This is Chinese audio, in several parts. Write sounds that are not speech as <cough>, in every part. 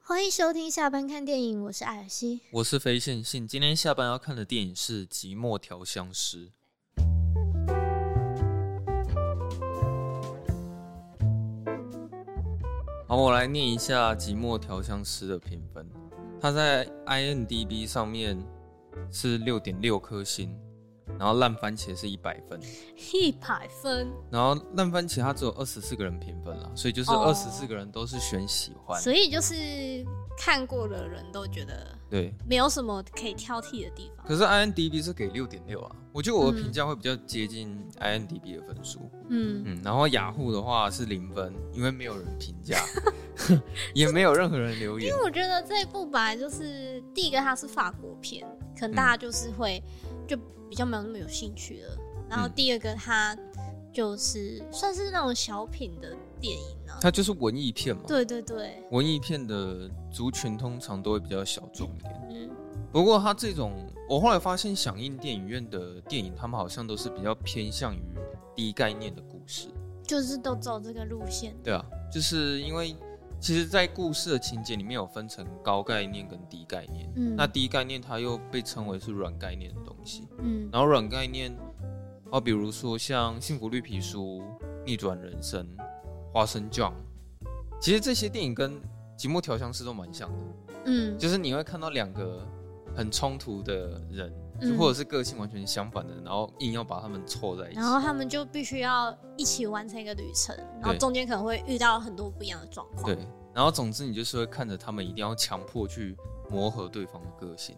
欢迎收听下班看电影，我是艾尔西。我是非线性，今天下班要看的电影是《寂寞调香师》。好，我来念一下《寂寞调香师》的评分，它在 IMDB 上面是六点六颗星，然后烂番茄是一百分，一百分，然后烂番茄它只有二十四个人评分啦，所以就是哦二十四个人都是选喜欢，所以就是看过的人都觉得对。没有什么可以挑剔的地方。可是 INDB 是给六点六啊，我觉得我嗯的评价会比较接近 INDB 的分数。嗯，嗯，然后雅虎的话是零分，因为没有人评价，也没有任何人留言因。为我觉得这一部本来就是第一个，它是法国片，可能嗯大家就是会就比较没有那么有兴趣了。然后嗯第二个，它就是算是那种小品的电影呢、它就是文艺片嘛，对对对，文艺片的族群通常都会比较小众一点。嗯，不过它这种，我后来发现，响应电影院的电影，他们好像都是比较偏向于低概念的故事。就是都走这个路线。对啊，就是因为其实，在故事的情节里面有分成高概念跟低概念。嗯那低概念它又被称为是软概念的东西，嗯然后软概念，啊，比如说像《幸福绿皮书》《逆转人生》《花生酱》，其实这些电影跟《寂寞调香师》都蛮像的，嗯，就是你会看到两个很冲突的人，就嗯或者是个性完全相反的人，然后硬要把他们凑在一起然。后他们就必须要一起完成一个旅程，然后嗯对中间可能会遇到很多不一样的状况。对，然后总之你就是会看着他们一定要强迫去磨合对方的个性，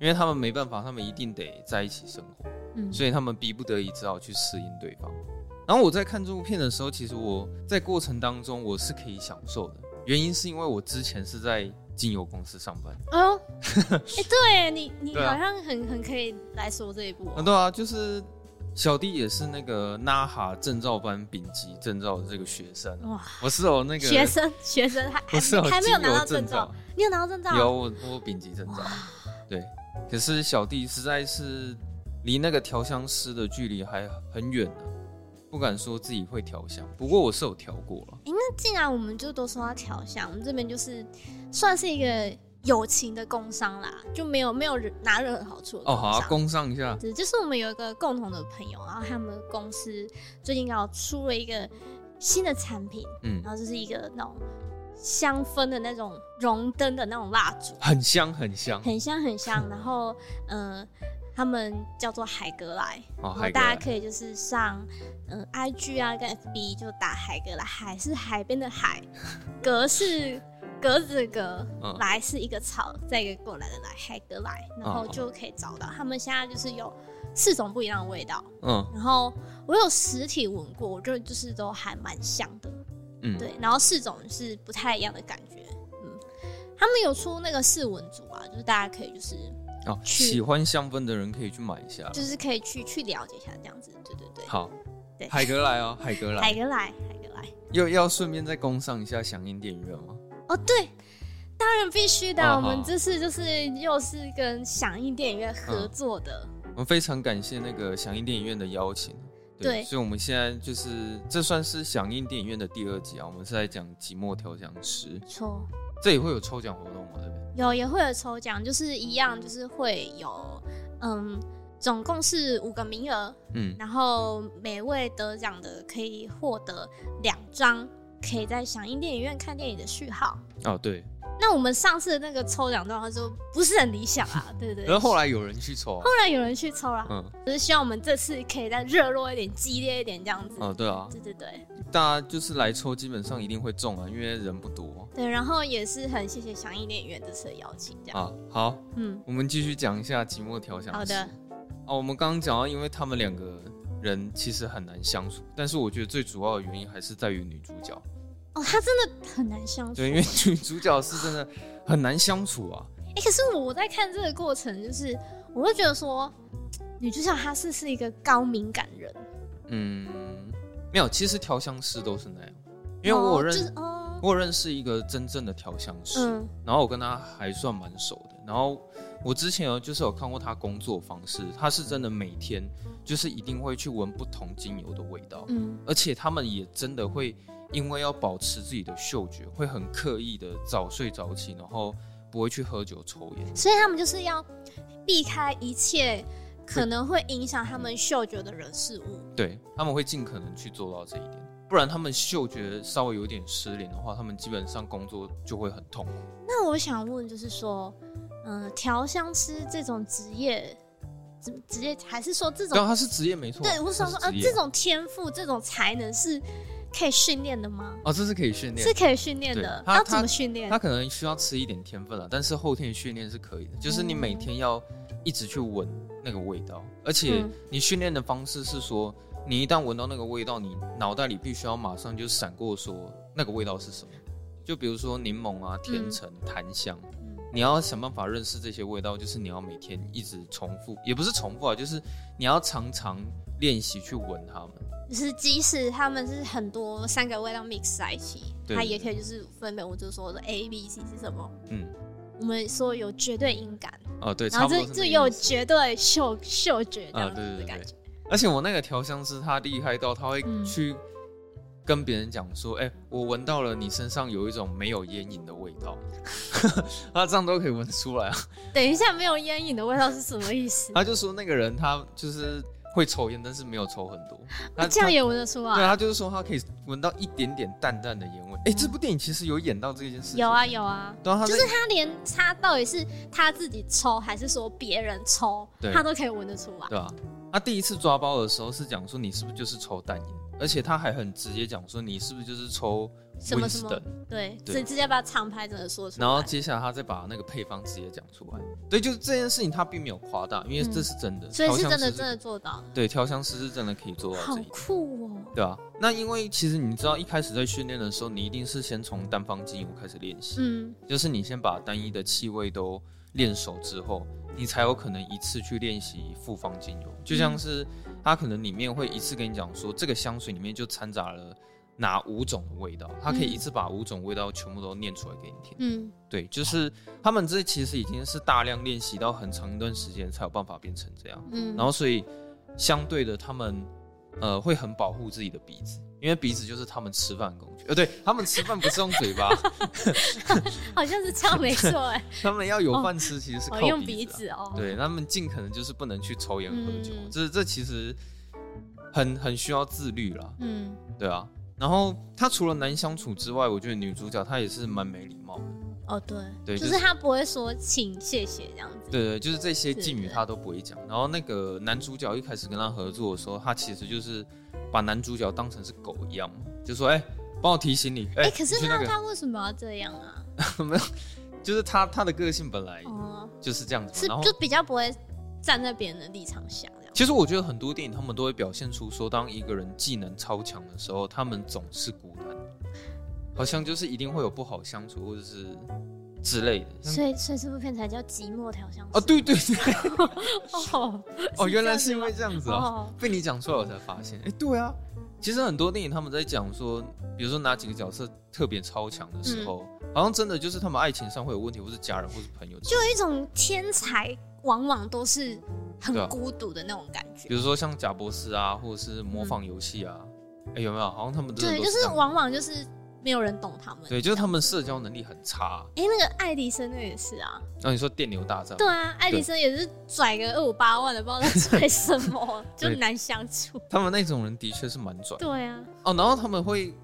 因为他们没办法，他们一定得在一起生活。嗯，所以他们逼不得已只好去适应对方。然后我在看这部片的时候，其实我在过程当中我是可以享受的，原因是因为我之前是在精油公司上班。哎 <laughs> 呦，哎，对你，你对啊好像很很可以来说这一部啊，哦。对啊，就是小弟也是那个纳哈证照班丙级证照的这个学生，哇，我是有那个学，生学生还 <laughs> 我是有哦还还没有拿精到油证照，，你有拿到证照？哦有我我有丙级证照，对。可是小弟实在是离那个调香师的距离还很远呢、不敢说自己会调香，不过我是有调过了。哎，那既然我们就都说要调香，我们这边就是算是一个友情的工商啦，就没有没有人拿任何好处的哦，工好、啊，商攻上一下。对，就是我们有一个共同的朋友，然后他们公司最近刚好出了一个新的产品，嗯，然后就是一个那种香氛的那种荣灯的那种蜡烛，很香很香。很香很香。然后，呃，他们叫做海格莱，哦，然后海哥大家可以就是上嗯、呃 IG 啊跟 FB 就打海格莱，海是海边的海，格是格子的格，嗯来是一个草，再一个过来的来，海格莱，然后嗯嗯就可以找到。他们现在就是有四种不一样的味道，嗯然后我有实体闻过，我觉得就是都还蛮香的。嗯，对，然后四种是不太一样的感觉。嗯，他们有出那个试闻组啊，就是大家可以就是哦，去喜欢香氛的人可以去买一下。就是可以去去了解一下这样子。对对对，好对，海格来哦，海格海来，格来，海格来。又要顺便再攻上一下响应电影院吗？哦，对，当然必须的。哦我们好这次就是又是跟响应电影院合作的。我们非常感谢那个响应电影院的邀请。对所以我们现在就是这算是响应电影院的第二集啊，我们是在讲寂寞调香师，错、这也会有抽奖活动吗？对不对？哦有也会有抽奖，就是一样，就是会有嗯。总共是五个名额，嗯，然后每位得奖的可以获得两张可以在响应电影院看电影的序号。哦对，那我们上次的那个抽奖状况就不是很理想 <laughs> 啊，对不对？然后后来有人去抽啊，后来有人去抽啦，嗯，只是希望我们这次可以再热络一点、激烈一点这样子。哦对啊，对对对大家就是来抽，基本上一定会中啊，因为人不多对，然后也是很谢谢响应电影院这次的邀请，这样。啊。好，嗯，我们继续讲一下寂寞调香师。好的。哦，我们刚刚讲到，因为他们两个人其实很难相处，但是我觉得最主要的原因还是在于女主角。哦，他真的很难相处。对，因为女主角是真的很难相处啊。哎、可是我在看这个过程，就是我会觉得说，女主角她是是一个高敏感人，嗯，没有，其实调香师都是那样，因为我有认、哦就是哦，我有认识一个真正的调香师，嗯然后我跟他还算蛮熟的。然后我之前有就是有看过他工作方式，他是真的每天就是一定会去闻不同精油的味道，嗯，而且他们也真的会因为要保持自己的嗅觉，会很刻意的早睡早起，然后不会去喝酒抽烟。所以他们就是要避开一切可能会影响他们嗅觉的人事物。对，他们会尽可能去做到这一点，不然他们嗅觉稍微有点失灵的话，他们基本上工作就会很痛苦。那我想问，就是说，嗯、调香师这种职业，职职业还是说这对啊，种他是职业没错。对，我是想他说，是呃，职业这种天赋、这种才能是可以训练的吗？哦，这是可以训练是。可以训练的，对他要怎么训练他？可能需要吃一点天分了，但是后天的训练是可以的，就是你每天要一直去闻那个味道，而且嗯你训练的方式是说，你一旦闻到那个味道，你脑袋里必须要马上就闪过说那个味道是什么，就比如说柠檬啊、甜橙、檀香，嗯你要想办法认识这些味道，就是你要每天一直重复，也不是重复啊，就是你要常常练习去闻它们。就是即使他们是很多三个味道 mix 在一起，对它也可以就是分别，我就说的 A、B、C 是什么？嗯，我们说有绝对音感，哦，对，然差后不多这是那这个有意思绝对嗅嗅觉这啊样子对对的对感觉。而且我那个调香师他厉害到他会嗯去跟别人讲说：“哎、我闻到了你身上有一种没有烟瘾的味道。” <laughs> 他这样都可以闻出来啊。等一下，没有烟瘾的味道是什么意思？他就说那个人他就是会抽烟，但是没有抽很多。他这样也也闻得出对，啊来？他就是说他可以闻到一点点淡淡的烟味。哎、这部电影其实有演到这件事情。有啊有啊，对啊，他就在是他连他到底是他自己抽还是说别人抽对，他都可以闻得出来。对啊，他第一次抓包的时候是讲说你是不是就是抽淡烟，而且他还很直接讲说你是不是就是抽什么什么 Winston。对，对直直接把厂牌整个说出来。然后接下来他再把那个配方直接讲出来。对，就是这件事情他并没有夸大，因为这是真的，嗯所以调是香真的师真的做到了，对调香师是真的可以做到好这一点，酷哦！对啊。那因为其实你知道，一开始在训练的时候，你一定是先从单方精油开始练习，嗯，就是你先把单一的气味都练熟之后，你才有可能一次去练习复方精油。嗯就像是它可能里面会一次跟你讲说，这个香水里面就掺杂了哪五种的味道，它可以一次把五种味道全部都念出来给你听。嗯，对，就是他们这其实已经是大量练习到很长一段时间才有办法变成这样。嗯，然后所以相对的，他们呃会很保护自己的鼻子，因为鼻子就是他们吃饭的工具。呃，对他们吃饭不是用 <laughs> 嘴巴，好像是这样没错哎，他们要有饭吃其 <laughs> 实是靠我用鼻鼻啊子哦，对他们尽可能就是不能去抽烟喝酒，嗯这这其实很很需要自律啦。嗯，对啊。然后她除了难相处之外，我觉得女主角她也是蛮没礼貌的。哦对，对就就是是他不会说请谢谢这样子，对对，就是这些敬语是的他都不会讲。然后那个男主角一开始跟他合作的时候，他其实就是把男主角当成是狗一样嘛，就说：“哎、帮我提醒你。哎，哎，可是你去那他个他为什么要这样啊？就是他他的个性本来哦，就是这样子是嘛。然后就比较不会站在别人的立场想这样，其实我觉得很多电影他们都会表现出说，当一个人技能超强的时候，他们总是孤单，好像就是一定会有不好相处或者是之类的。像所以所以这部片才叫寂寞调香嗯哦，师 <laughs> 对对对，哦哦，原来这是因样为这样子啊。哦，被你讲出来，我才发现，哎、对啊，其实很多电影他们在讲说，比如说哪几个角色特别超强的时候，嗯好像真的就是他们爱情上会有问题，或是家人，或是朋友之类的，有一种天才往往都是对很啊孤独的那种感觉比。如说像贾博士啊，或者是模仿游戏啊，哎、有没有？好像他们真的嗯对，都就是这样往往就是没有人懂他们。对，就是他们社交能力很差。哎、那个爱迪生那个也是啊，那你说电流大战，对啊，爱迪生也是拽个二五八万的，不知道在 <laughs> 拽什么，就对难相处。他们那种人的确是蛮拽的对啊，哦，然后他们会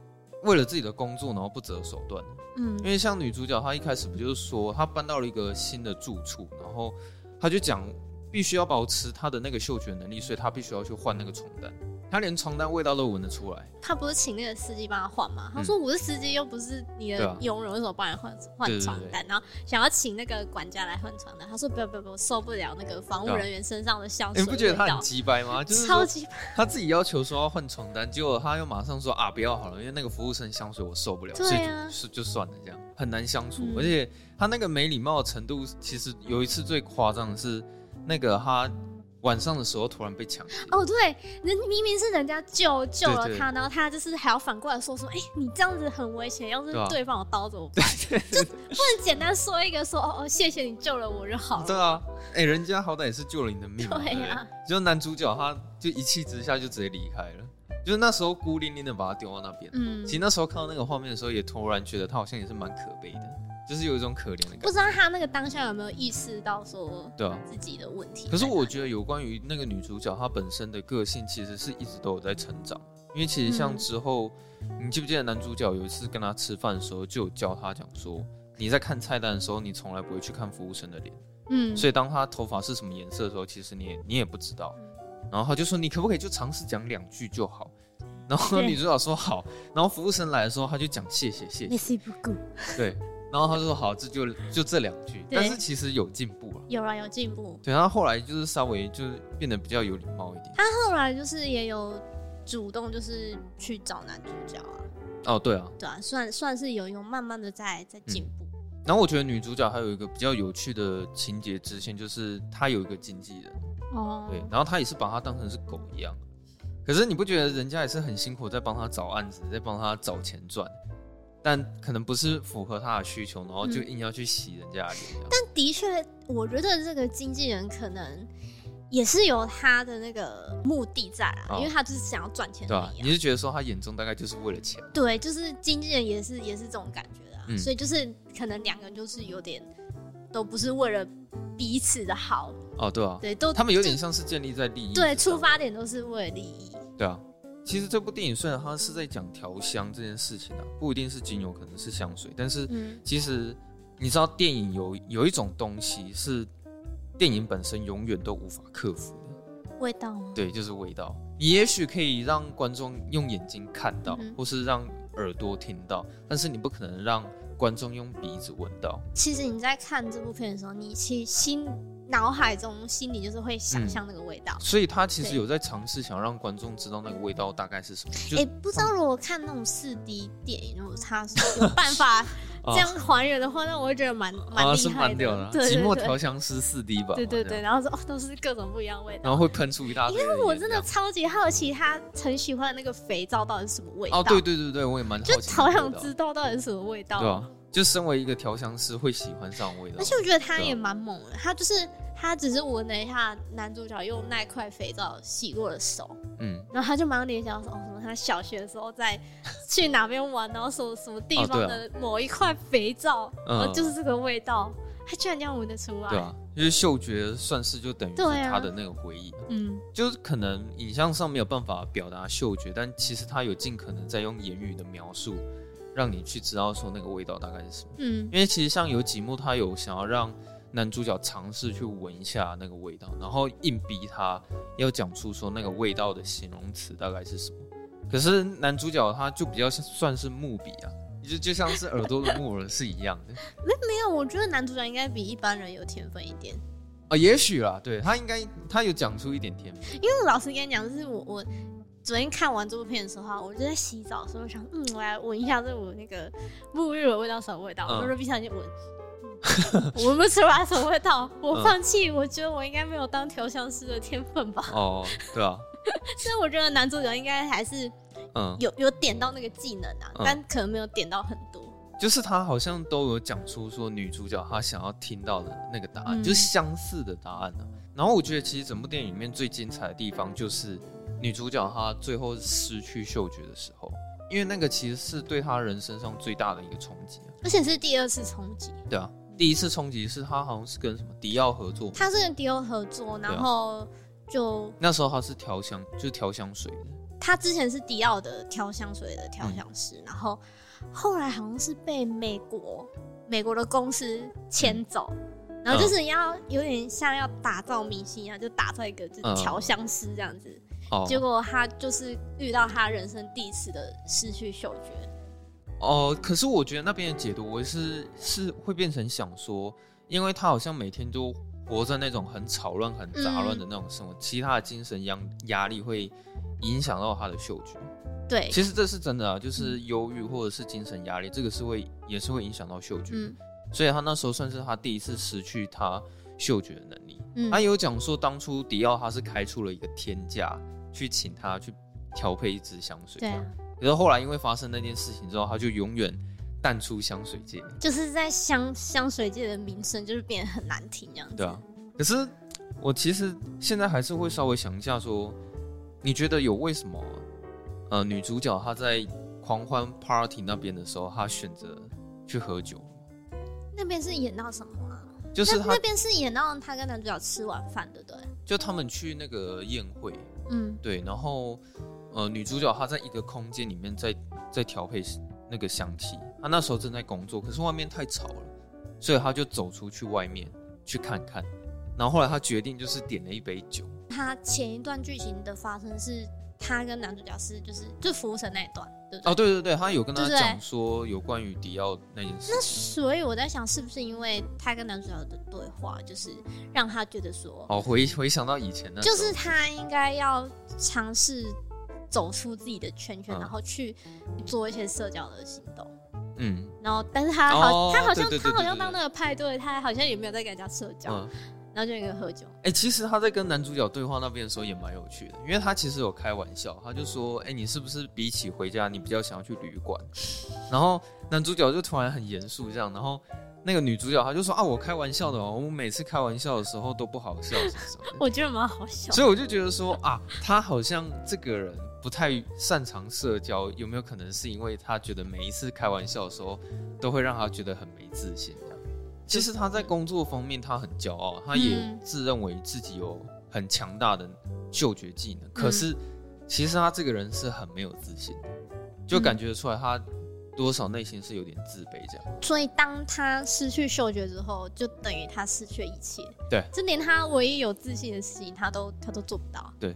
为了自己的工作，然后不择手段。嗯因为像女主角她一开始不就是说她搬到了一个新的住处，然后她就讲必须要保持她的那个嗅觉能力，所以她必须要去换那个床单，她连床单味道都闻得出来。他不是请那个司机帮他换吗？他说我是司机，又不是你嗯对的啊佣人，为什么帮你换对对换对床单？然后想要请那个管家来换床单，他说不要不要不要，我受不了那个房务对啊人员身上的香你水不觉得味她很道，鸡掰吗？就是超说级她自己要求说要换床单，结果她又马上说啊不要好了，因为那个服务生香水我受不了，对所以啊就是就算了这样，很难相处。嗯而且她那个没礼貌的程度，其实有一次最夸张的是那个她晚上的时候突然被抢劫。 <laughs> 哦，对，人明明是人家救救了对他，然后他就是还要反过来说说，哎、你这样子很危险，要是对啊对方有刀怎么办？就不能简单说一个说哦哦，谢谢你救了我就好对了。啊，哎、人家好歹也是救了你的命嘛，对对啊不对就男主角他就一气之下就直接离开了，就是那时候孤零零的把它丢到那边。嗯其，实那时候看到那个画面的时候，也突然觉得他好像也是蛮可悲的，就是有一种可怜的感不觉知。道他那个当下有没有意识到说对啊，自己的问题在哪里。可是我觉得有关于那个女主角她本身的个性，其实是一直都有在成长。因为其实像嗯之后，你记不记得男主角有一次跟她吃饭的时候，就有教她讲说，你在看菜单的时候，你从来不会去看服务生的脸，嗯，所以当她头发是什么颜色的时候，其实你也你也不知道。嗯然后他就说，你可不可以就尝试讲两句就好。然后对女主角说好，然后服务生来的时候，他就讲谢谢谢谢没，事不顾，对，然后他说好，这就就这两句，对但是其实有进步了。有了有进步。对，他后来就是稍微就是变得比较有礼貌一点。后来就是也有主动就是去找男主角啊，哦，对啊。对啊，算算是有有慢慢的在在进嗯步。然后我觉得女主角还有一个比较有趣的情节支线，就是她有一个经纪人，哦对，然后她也是把她当成是狗一样。可是你不觉得人家也是很辛苦在帮她找案子，在帮她找钱赚，但可能不是符合她的需求，然后就嗯硬要去洗人家的脸这样。但的确，我觉得这个经纪人可能也是有他的那个目的在啊，哦因为他就是想要赚钱对而吧、已、啊。你是觉得说她眼中大概就是为了钱？对，就是经纪人也是也是这种感觉的、啊，嗯所以就是可能两个人就是有点都不是为了彼此的好，哦，对啊。对，都他们有点就像是建立在利益对之上出发点都是为了利益。对啊，其实这部电影虽然它是在讲调香这件事情啊，不一定是精油，可能是香水，但是嗯，其实你知道，电影有有一种东西是电影本身永远都无法克服的，味道吗？对，就是味道。你也许可以让观众用眼睛看到，嗯哼或是让耳朵听到，但是你不可能让观众用鼻子闻到。其实你在看这部片的时候，你其实心脑海中心里就是会想嗯象那个味道。所以他其实对有在尝试想让观众知道那个味道大概是什么，就哎、不知道如果看那种四 D 电影，如果他是有办法这样还原的话，那我会觉得蛮蛮啊厉是害蛮的。屌的啊，对寂对寞对，调香师四 D 吧，对对好像对，然后说哦，都是各种不一样的味道。然后会喷出一大堆烟这样。我真的超级好奇，他很喜欢的那个肥皂到底是什么味道？哦，对，对对对，我也蛮好奇就那个好想味道知道到底是什么味道。对啊，就身为一个调香师会喜欢上味道而，且我觉得他对啊也蛮猛的，他就是他只是闻了一下男主角用那块肥皂洗过的手，嗯，然后他就马上联想到说，哦，什么他小学的时候在去哪边玩，然后什么什么地哦方对啊的某一块肥皂，嗯然后就是这个味道，他居然这样闻得出来。对啊，就是嗅觉算是就等于是对啊他的那个回忆，嗯，就是可能影像上没有办法表达嗅觉，但其实他有尽可能在用言语的描述，让你去知道说那个味道大概是什么。嗯因为其实像有几幕，他有想要让男主角尝试去闻一下那个味道，然后硬逼他要讲出说那个味道的形容词大概是什么。可是男主角他就比较像算是木笔啊， <laughs> 就就像是耳朵的木耳是一样的没有，我觉得男主角应该比一般人有天分一点。啊，也许啦，对他应该他有讲出一点甜美，因为老实跟你讲，就是我我昨天看完这部片的时候啊，我就在洗澡的时候我想，嗯，我来闻一下这我那个沐浴乳的味道什么味道，嗯我就闭上眼睛闻。嗯 <laughs> 我闻不出来什么味道，我嗯放弃。我觉得我应该没有当调香师的天分吧， <laughs> 哦，对啊，所以我觉得男主角应该还是嗯，有有点到那个技能啊，嗯但可能没有点到很多。就是他好像都有讲出说女主角她想要听到的那个答案，嗯就是相似的答案呢、啊然后我觉得其实整部电影里面最精彩的地方就是女主角她最后失去嗅觉的时候，因为那个其实是对她人身上最大的一个冲击啊、而且是第二次冲击，对啊，第一次冲击是她好像是跟什么迪奥合作，他是跟迪欧合作，啊然后就那时候她是调香，就是调香水的，他之前是迪奥的调香水的调香师，然后后来好像是被美国美国的公司牵走，然后就是要有点像要打造明星一样，就打造一个就是嗯调香师这样子。哦，结果他就是遇到他人生第一次的失去嗅觉，哦，可是我觉得那边的解读，我是是会变成想说，因为他好像每天都活在那种很吵乱、很杂嗯乱的那种生活，其他的精神压压力会影响到他的嗅觉。对，嗯其实这是真的啊，就是忧郁或者是精神压力，这个是会也是会影响到嗅觉。嗯所以他那时候算是他第一次失去他嗅觉的能力。嗯，他有讲说，当初迪奥他是开出了一个天价去请他去调配一支香水。对啊，可是后来因为发生那件事情之后，他就永远淡出香水界，就是在香香水界的名声就是变得很难听这样子。对啊。可是我其实现在还是会稍微想一下说，你觉得有为什么呃，女主角她在狂欢 party 那边的时候，她选择去喝酒，那边是演到什么啊？就是那她那边是演到他跟男主角吃完饭，对不对？就他们去那个宴会，嗯，对，然后呃，女主角她在一个空间里面在在调配那个香气，她那时候正在工作，可是外面太吵了，所以她就走出去外面去看看。然后后来她决定就是点了一杯酒，他前一段剧情的发生是他跟男主角是就是就服务生那一段，对不对？哦，对对对，她有跟她对不对讲说有关于迪奥那件事那情，所以我在想，是不是因为他跟男主角的对话，就是让他觉得说，哦，回回想到以前那时就候，是他应该要尝试走出自己的圈圈，嗯然后去做一些社交的行动。嗯然后，但是他好，哦他好像对对对他好像对对到那个派对，他好像也没有在跟人家社交，嗯，然后就一个喝酒。哎、其实她在跟男主角对话那边的时候也蛮有趣的，因为她其实有开玩笑，她就说：“哎、你是不是比起回家，你比较想要去旅馆？”然后男主角就突然很严肃这样，然后那个女主角她就说：“啊，我开玩笑的哦，我每次开玩笑的时候都不好笑什么什么的。我觉得蛮好笑”。所以我就觉得说啊，她好像这个人不太擅长社交，有没有可能是因为她觉得每一次开玩笑的时候都会让她觉得很没自信这样？其实她在工作方面她很骄傲，她也嗯自认为自己有很强大的嗅觉技嗯能，可是其实她这个人是很没有自信的，就感觉得出来她多少内心是有点自卑这样。所以当他失去嗅觉之后，就等于他失去了一切。对，就连他唯一有自信的事情，他都他都做不到。对，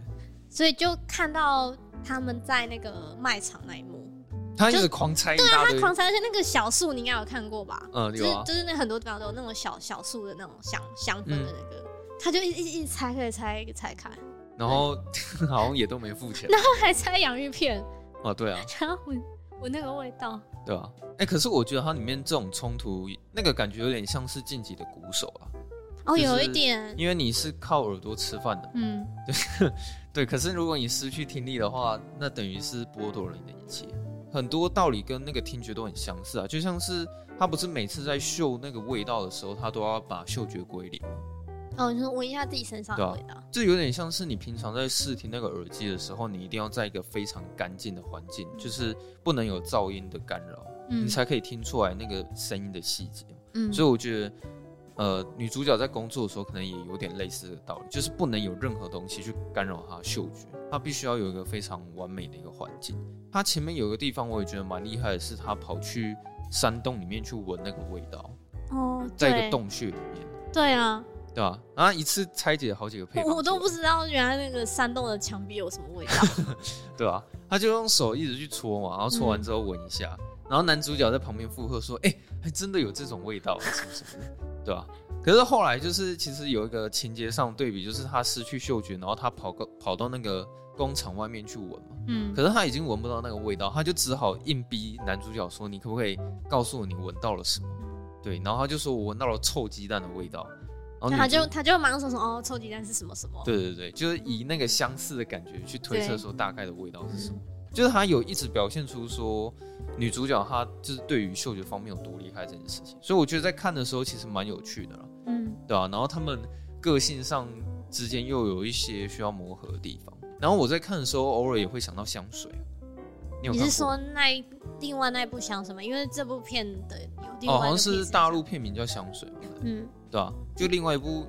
所以就看到他们在那个卖场那一幕，她一直狂猜一大啊他堆，狂猜，而且那个小树你应该有看过吧？嗯，就有啊是，就是那很多地方都有那种小小树的那种香香氛的那个，他就一直一直一直拆开拆开拆开，然后 <laughs> 好像也都没付钱然后还拆洋芋片，哦，对啊。然后闻闻那个味道，对啊，哎、可是我觉得它里面这种冲突，那个感觉有点像是晋级的鼓手啊，哦，就是有一点，因为你是靠耳朵吃饭的，嗯，对。可是如果你失去听力的话，那等于是剥夺了你的一切。很多道理跟那个听觉都很相似啊，就像是他不是每次在嗅那个味道的时候，他都要把嗅觉归零吗，哦，你说闻一下自己身上的对啊味道，这有点像是你平常在试听那个耳机的时候，你一定要在一个非常干净的环境，就是不能有噪音的干扰，嗯你才可以听出来那个声音的细节。嗯，所以我觉得，呃，女主角在工作的时候可能也有点类似的道理，就是不能有任何东西去干扰她嗅觉，她必须要有一个非常完美的一个环境。她前面有一个地方我也觉得蛮厉害的是，她跑去山洞里面去闻那个味道，哦，在一对个洞穴里面，对啊，对吧、然后一次拆解好几个配方，我我都不知道原来那个山洞的墙壁有什么味道。对啊，她就用手一直去搓嘛，然后搓完之后闻一下，然后男主角在旁边附和说：“哎、还真的有这种味道，啊什么什么的，对吧、可是后来就是其实有一个情节上对比，就是他失去嗅觉，然后他跑个跑到那个工厂外面去闻嘛， <laughs> 嗯，可是他已经闻不到那个味道，他就只好硬逼男主角说：“你可不可以告诉我你闻到了什么？”对，然后他就说：“我闻到了臭鸡蛋的味道。”然后那他女主就他就忙说什么哦，臭鸡蛋是什么什么？对对对，就是以那个相似的感觉去推测对说大概的味道是什么。嗯，就是他有一直表现出说女主角她就是对于嗅觉方面有多厉害这件事情，所以我觉得在看的时候其实蛮有趣的啦，嗯，对啊，然后他们个性上之间又有一些需要磨合的地方，然后我在看的时候偶尔也会想到香水啊，你有你看是过说那一另外那一部香什么？因为这部片的有另哦，外好一个像片是子大陆片名叫香水嘛，嗯对啊，就另外一部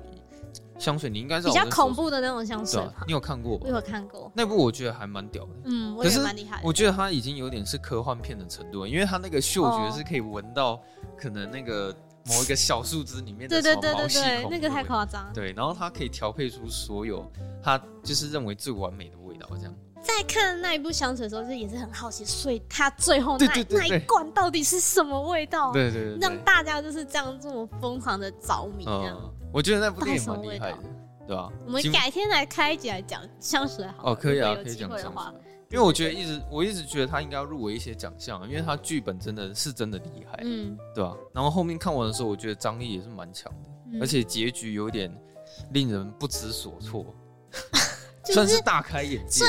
香水，你应该知比道较我在说恐怖的那种香什水么，对啊吧，，你有看过我有看过，那部？我觉得还蛮屌的。嗯，我可也是蛮厉害的我。觉得他已经有点是科幻片的程度了，因为他那个嗅觉哦是可以闻到可能那个某一个小树枝里面对对的什对么毛对细孔的对味道，，那个太夸张。对，然后他可以调配出所有他就是认为最完美的味道，这样。在看那一部香水的时候，就也是很好奇，所以它最后那对对对那对一罐到底是什么味道？对对对哦让对，大家就是这样这么疯狂的着迷，这样。嗯，我觉得那部电影蛮厉害到的底什，对吧、我们几乎改天来开一集来讲香水好了哦，可以啊，如果可有以机讲会香的话，水，因为我觉得一直我一直觉得他应该要入围一些奖项，因为他剧本真的是真的厉害，嗯，对吧、然后后面看完的时候，我觉得张力也是蛮强的。嗯而且结局有点令人不知所措，就是算是大开眼界，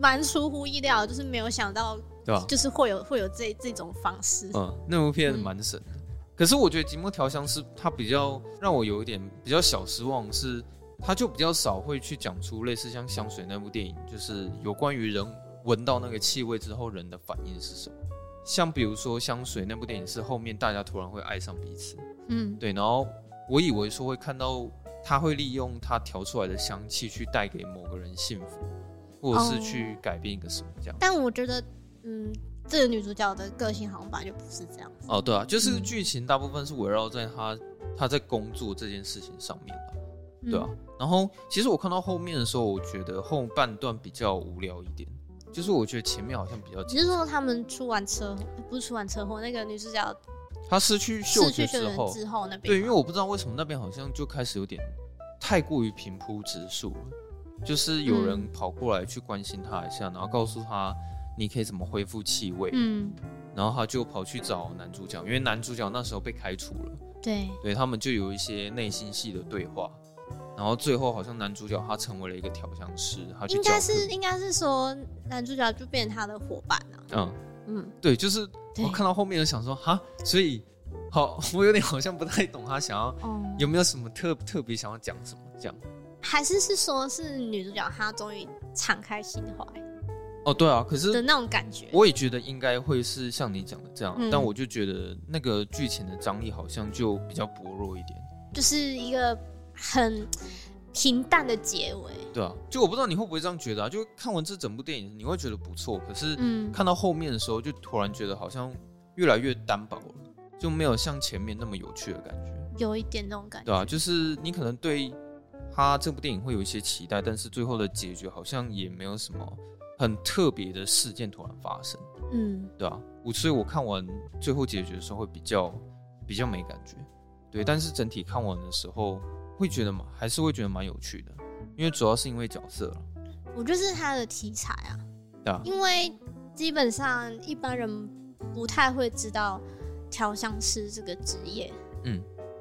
蛮出乎意料，就是没有想到，对吧？就是会有会有这这种方式。嗯，那部片嗯蛮神的。可是我觉得《寂寞调香师》它比较让我有一点比较小失望是，它就比较少会去讲出类似像香水那部电影，就是有关于人闻到那个气味之后人的反应是什么。像比如说香水那部电影是后面大家突然会爱上彼此，嗯，对，然后我以为说会看到他会利用他调出来的香气去带给某个人幸福，或者哦是去改变一个什么这样。但我觉得，嗯，这个女主角的个性好像本来就不是这样子。哦，对啊，就是嗯剧情大部分是围绕在他他在工作这件事情上面啦对啊嗯，。然后其实我看到后面的时候，我觉得后半段比较无聊一点，就是我觉得前面好像比较只紧是说他们出完车祸，不是出完车祸，那个女主角他失去嗯嗅失觉去血之缘后，之后那边吗，对，因为我不知道为什么那边好像就开始有点太过于平铺直述了，就是有嗯人跑过来去关心他一下，然后告诉他你可以怎么恢复气味，嗯，然后他就跑去找男主角，因为男主角那时候被开除了。对，对他们就有一些内心戏的对话，然后最后好像男主角他成为了一个调香师，他去应教该课是应该是说男主角就变成他的伙伴啊，嗯，嗯，对，就是对我，看到后面就想说哈，所以好，我有点好像不太懂他想要哦，有没有什么特特别想要讲什么这样。还是是说是女主角她终于敞开心怀哦，对啊，可的是那种感觉，我也觉得应该会是像你讲的这样，嗯但我就觉得那个剧情的张力好像就比较薄弱一点。就是一个很平淡的结尾，对啊，就我不知道你会不会这样觉得啊，就看完这整部电影你会觉得不错，可是嗯，看到后面的时候，就突然觉得好像越来越单薄了，就没有像前面那么有趣的感觉，有一点那种感觉，对啊，就是你可能对他这部电影会有一些期待，但是最后的结局好像也没有什么很特别的事件突然发生，嗯，对啊，我所以我看完最后结局的时候会比较比较没感觉，对，但是整体看完的时候会觉得嘛，还是会觉得蛮有趣的，因为主要是因为角色了，我就是她的题材啊，对啊，因为基本上一般人不太会知道调香师这个职业。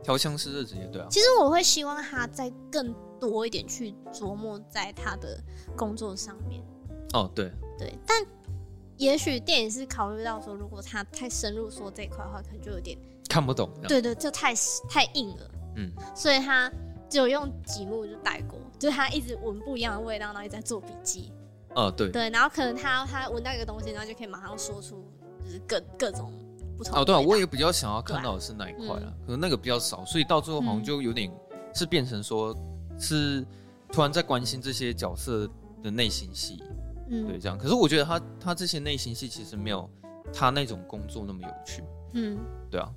调香师的职业，对啊，其实我会希望他再更多一点去琢磨在他的工作上面，哦对，对。但也许电影是考虑到说，如果他太深入说这一块的话，可能就有点看不懂，这样，对对，就太太硬了，嗯。所以他只有用几幕就带过，就是他一直闻不一样的味道，然后一直在做笔记，哦，对，对。然后可能他他闻到一个东西，然后就可以马上说出就是各各种不同的哦，对啊，味道我也比较想要看到的是那一块啊对啦，可能那个比较少，所以到最后好像就有点是变成说，是突然在关心这些角色的内心戏，对，嗯这样。可是我觉得他他这些内心戏其实没有他那种工作那么有趣，嗯，对啊，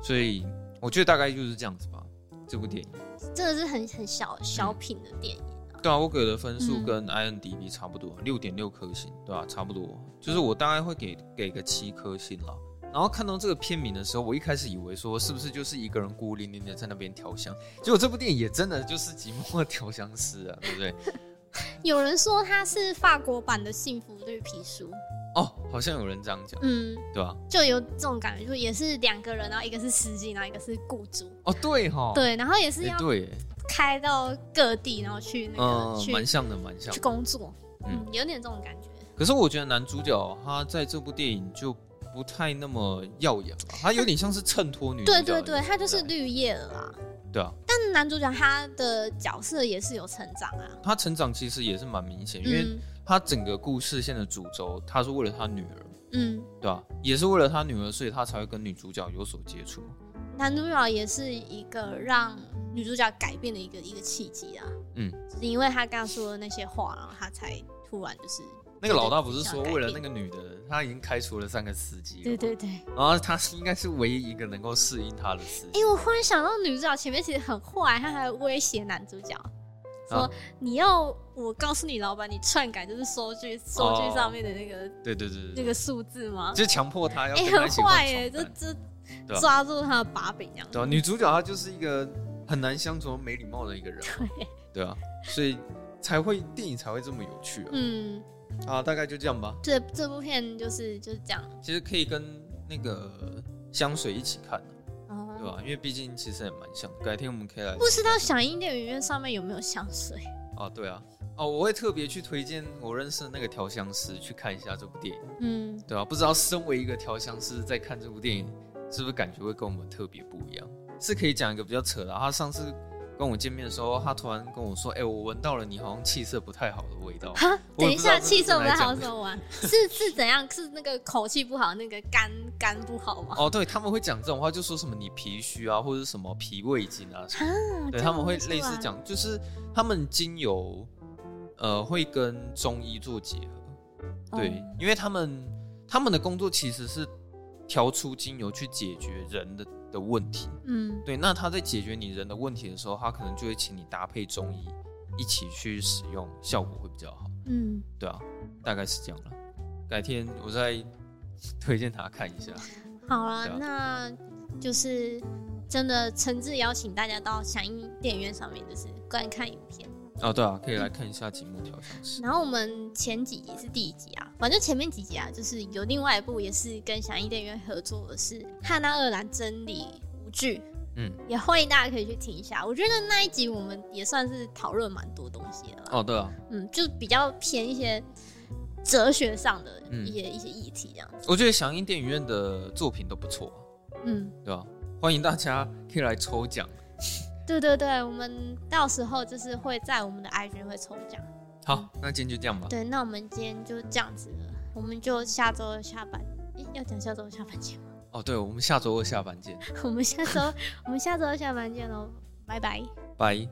所以我觉得大概就是这样子吧，这部电影。真的是很很小小品的电影。对啊，我给的分数嗯跟 INDB 差不多，六点六颗星，对啊，差不多，就是我大概会给给个七颗星啦。然后看到这个片名的时候，我一开始以为说是不是就是一个人孤零零的在那边调香，结果这部电影也真的就是寂寞的调香师啊，对不对？有人说它是法国版的《幸福绿皮书》，哦，好像有人这样讲，嗯，对吧、就有这种感觉，就也是两个人，然后一个是司机，然后一个是雇主，哦，对哈、诶，对，然后也是要对耶，开到各地，然后去那个、嗯，去蛮像的，蛮像去的。工作，嗯嗯，有点这种感觉。可是我觉得男主角他在这部电影就不太那么耀眼了，他有点像是衬托女主对角的对对，那种他就是感觉绿叶了啦。对啊，但男主角他的角色也是有成长啊，他成长其实也是蛮明显，因为嗯他整个故事线的主轴，他是为了他女儿，嗯，对吧、也是为了他女儿，所以他才会跟女主角有所接触。男主角也是一个让女主角改变的一个一个契机啊，嗯，只是因为他刚刚说的那些话，然后他才突然就是那个老大不是说为了那个女的，他已经开除了三个司机，对，对对，然后他是应该是唯一一个能够适应他的司哎、机。我忽然想到，女主角前面其实很坏，她还威胁男主角说：“啊你要我告诉你老板，你篡改就是收据，收据上面的那个、哦对对对哎那对，个数字吗就强迫他？”要哎、跟他很一起坏换耶、床这单。对这啊抓住他的把柄这样。对啊，女主角她就是一个很难相处、没礼貌的一个人，对，对啊，所以才会电影才会这么有趣啊。嗯，啊，大概就这样吧。这这部片就是就是这样，其实可以跟那个香水一起看。嗯对吧、因为毕竟其实也蛮像的，改天我们可以来不知道响应电影院上面有没有香水？哦，对啊，哦，我会特别去推荐我认识的那个调香师去看一下这部电影，嗯，对啊，不知道身为一个调香师在看这部电影，是不是感觉会跟我们特别不一样？是可以讲一个比较扯的啊，他上次跟我见面的时候，他突然跟我说：“哎、我闻到了你好像气色不太好的味道。哈，我等也一不知道下，这是气色不太哪好一是种什么 <laughs> 玩？是是怎样？是那个口气不好，那个肝肝不好”吗？哦，对，他们会讲这种话，就说什么你脾虚啊，或者什么脾胃经啊什么啊，对，这他样们会出类似来，讲，就是他们精油，呃，会跟中医做结合。对，哦因为他们他们的工作其实是调出精油去解决人的的问题。嗯对，那他在解决你人的问题的时候，他可能就会请你搭配中医一起去使用，效果会比较好。嗯，对啊，大概是这样了。改天我再 <laughs> 推荐他看一下。好了对啊，那就是真的诚挚邀请大家到响应电影院上面，就是观看影片。哦，对啊，可以来看一下节目调香师。然后我们前几集是第一集啊，反正前面几集啊，就是有另外一部也是跟响应电影院合作的是《汉娜·二兰真理无惧》，嗯，也欢迎大家可以去听一下。我觉得那一集我们也算是讨论蛮多东西的啦，哦，对啊，嗯，就比较偏一些哲学上的嗯一些、一些议题这样子，我觉得响应电影院的作品都不错啊、嗯。对吧、欢迎大家可以来抽奖。对对对，我们到时候就是会在我们的 IG 会抽奖。好，那今天就这样吧。对，那我们今天就这样子了，我们就下周下班。诶，要讲下周下班见吗？哦，对，我们下周二下班见，我们下周我们下周下班见喽，拜拜。拜。